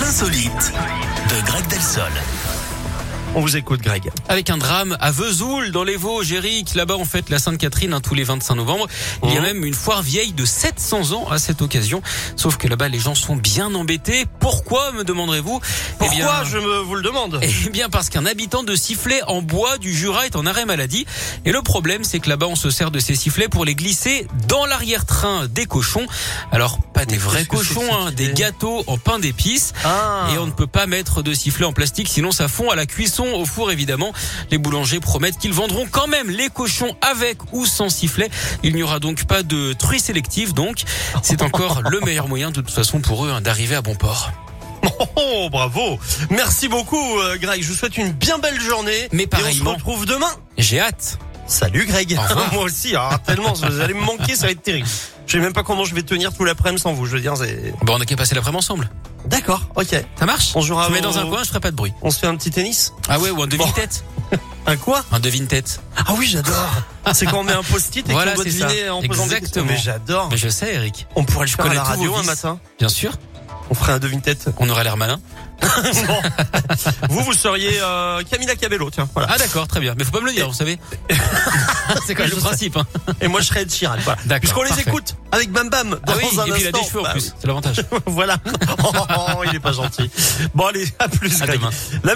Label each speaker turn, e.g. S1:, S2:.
S1: insolites de Greg Delsol.
S2: On vous écoute, Greg.
S3: Avec un drame à Vesoul, dans les Vosges, Eric. Là-bas, on fête la Sainte-Catherine hein, tous les 25 novembre. Il y a
S2: Mhm.
S3: même une foire vieille de 700 ans à cette occasion. Sauf que là-bas, les gens sont bien embêtés. Pourquoi, me demanderez-vous
S2: Pourquoi
S3: eh bien,
S2: je me, vous le demande
S3: eh bien parce qu'un habitant de sifflet en bois du Jura est en arrêt maladie. Et le problème, c'est que là-bas, on se sert de ces sifflets pour les glisser dans l'arrière-train des cochons. Alors, pas des
S2: Mais
S3: vrais
S2: qu'est-ce que c'est
S3: cochons,
S2: que cette
S3: hein, des
S2: idée
S3: gâteaux en pain d'épices.
S2: Ah.
S3: Et on ne peut pas mettre de sifflet en plastique, sinon ça fond à la cuisson au four évidemment. Les boulangers promettent qu'ils vendront quand même les cochons avec ou sans sifflet. Il n'y aura donc pas de truie sélective, donc c'est encore le meilleur moyen de toute façon pour eux hein, d'arriver à bon port.
S2: Oh, oh, bravo Merci beaucoup, euh, Greg. Je vous souhaite une bien belle journée.
S3: Mais
S2: Et on se
S3: pareillement.
S2: retrouve demain.
S3: J'ai hâte.
S2: Salut, Greg.
S3: Au revoir.
S2: Moi aussi. Ah, tellement, vous allez me manquer, ça va être terrible. Je sais même pas comment je vais tenir tout l'après-midi sans vous. Je veux dire, c'est...
S3: Bon, on a qu'à passer l'après-midi ensemble.
S2: D'accord, ok.
S3: Ça marche
S2: On jouera
S3: Je mets
S2: au-
S3: dans un coin, je ferai pas de bruit.
S2: On se fait un petit tennis
S3: Ah ouais, ou un
S2: Bon.
S3: devine-tête.
S2: Un quoi
S3: Un devine-tête.
S2: Ah oui, j'adore. c'est quand on met un post-it et
S3: Voilà,
S2: qu'on doit
S3: c'est ça.
S2: deviner en posant des questions.
S3: Exactement.
S2: Mais j'adore.
S3: Mais je sais, Eric.
S2: On pourrait le
S3: Je
S2: faire à
S3: connais
S2: la
S3: tous
S2: radio
S3: vos
S2: un
S3: vices.
S2: matin.
S3: Bien sûr,
S2: On ferait un devine-tête.
S3: on aura l'air malin.
S2: Non. vous, vous seriez euh, Camila Cabello, tiens. Voilà.
S3: Ah d'accord, très bien. Mais faut pas me le dire, vous savez. c'est quand même le principe. Hein.
S2: Et moi, je serais Ed Sheeran. Voilà.
S3: D'accord,
S2: Puisqu'on les
S3: parfait.
S2: écoute avec Bam Bam dans
S3: Ah oui,
S2: un
S3: et puis il a des
S2: instant.
S3: cheveux en
S2: Bah
S3: plus, c'est l'avantage.
S2: oh, oui. voilà. Oh, il est pas gentil. Bon, allez, à plus.
S3: À
S2: Greg.
S3: demain.
S2: La